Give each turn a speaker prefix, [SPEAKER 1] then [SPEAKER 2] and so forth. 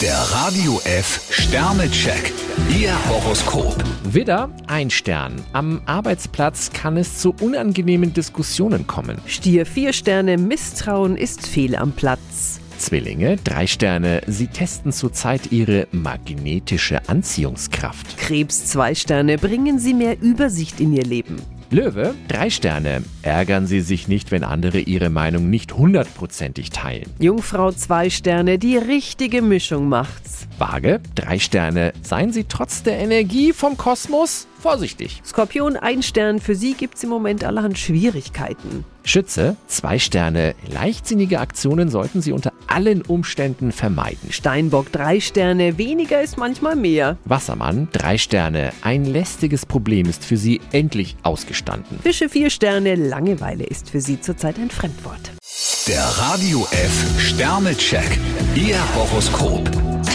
[SPEAKER 1] Der Radio F Sternecheck. Ihr Horoskop.
[SPEAKER 2] Widder, ein Stern. Am Arbeitsplatz kann es zu unangenehmen Diskussionen kommen.
[SPEAKER 3] Stier vier Sterne, Misstrauen ist fehl am Platz.
[SPEAKER 2] Zwillinge, drei Sterne. Sie testen zurzeit ihre magnetische Anziehungskraft.
[SPEAKER 3] Krebs zwei Sterne, bringen Sie mehr Übersicht in Ihr Leben.
[SPEAKER 2] Löwe, drei Sterne. Ärgern Sie sich nicht, wenn andere Ihre Meinung nicht hundertprozentig teilen.
[SPEAKER 3] Jungfrau zwei Sterne, die richtige Mischung macht's.
[SPEAKER 2] Waage, drei Sterne. Seien Sie trotz der Energie vom Kosmos vorsichtig.
[SPEAKER 3] Skorpion ein Stern, für Sie gibt's im Moment allerhand Schwierigkeiten.
[SPEAKER 2] Schütze, zwei Sterne. Leichtsinnige Aktionen sollten Sie unter allen Umständen vermeiden.
[SPEAKER 3] Steinbock drei Sterne, weniger ist manchmal mehr.
[SPEAKER 2] Wassermann, drei Sterne. Ein lästiges Problem ist für Sie endlich ausgestanden.
[SPEAKER 3] Fische vier Sterne, Langeweile ist für Sie zurzeit ein Fremdwort.
[SPEAKER 1] Der Radio F Sternecheck. Ihr Horoskop.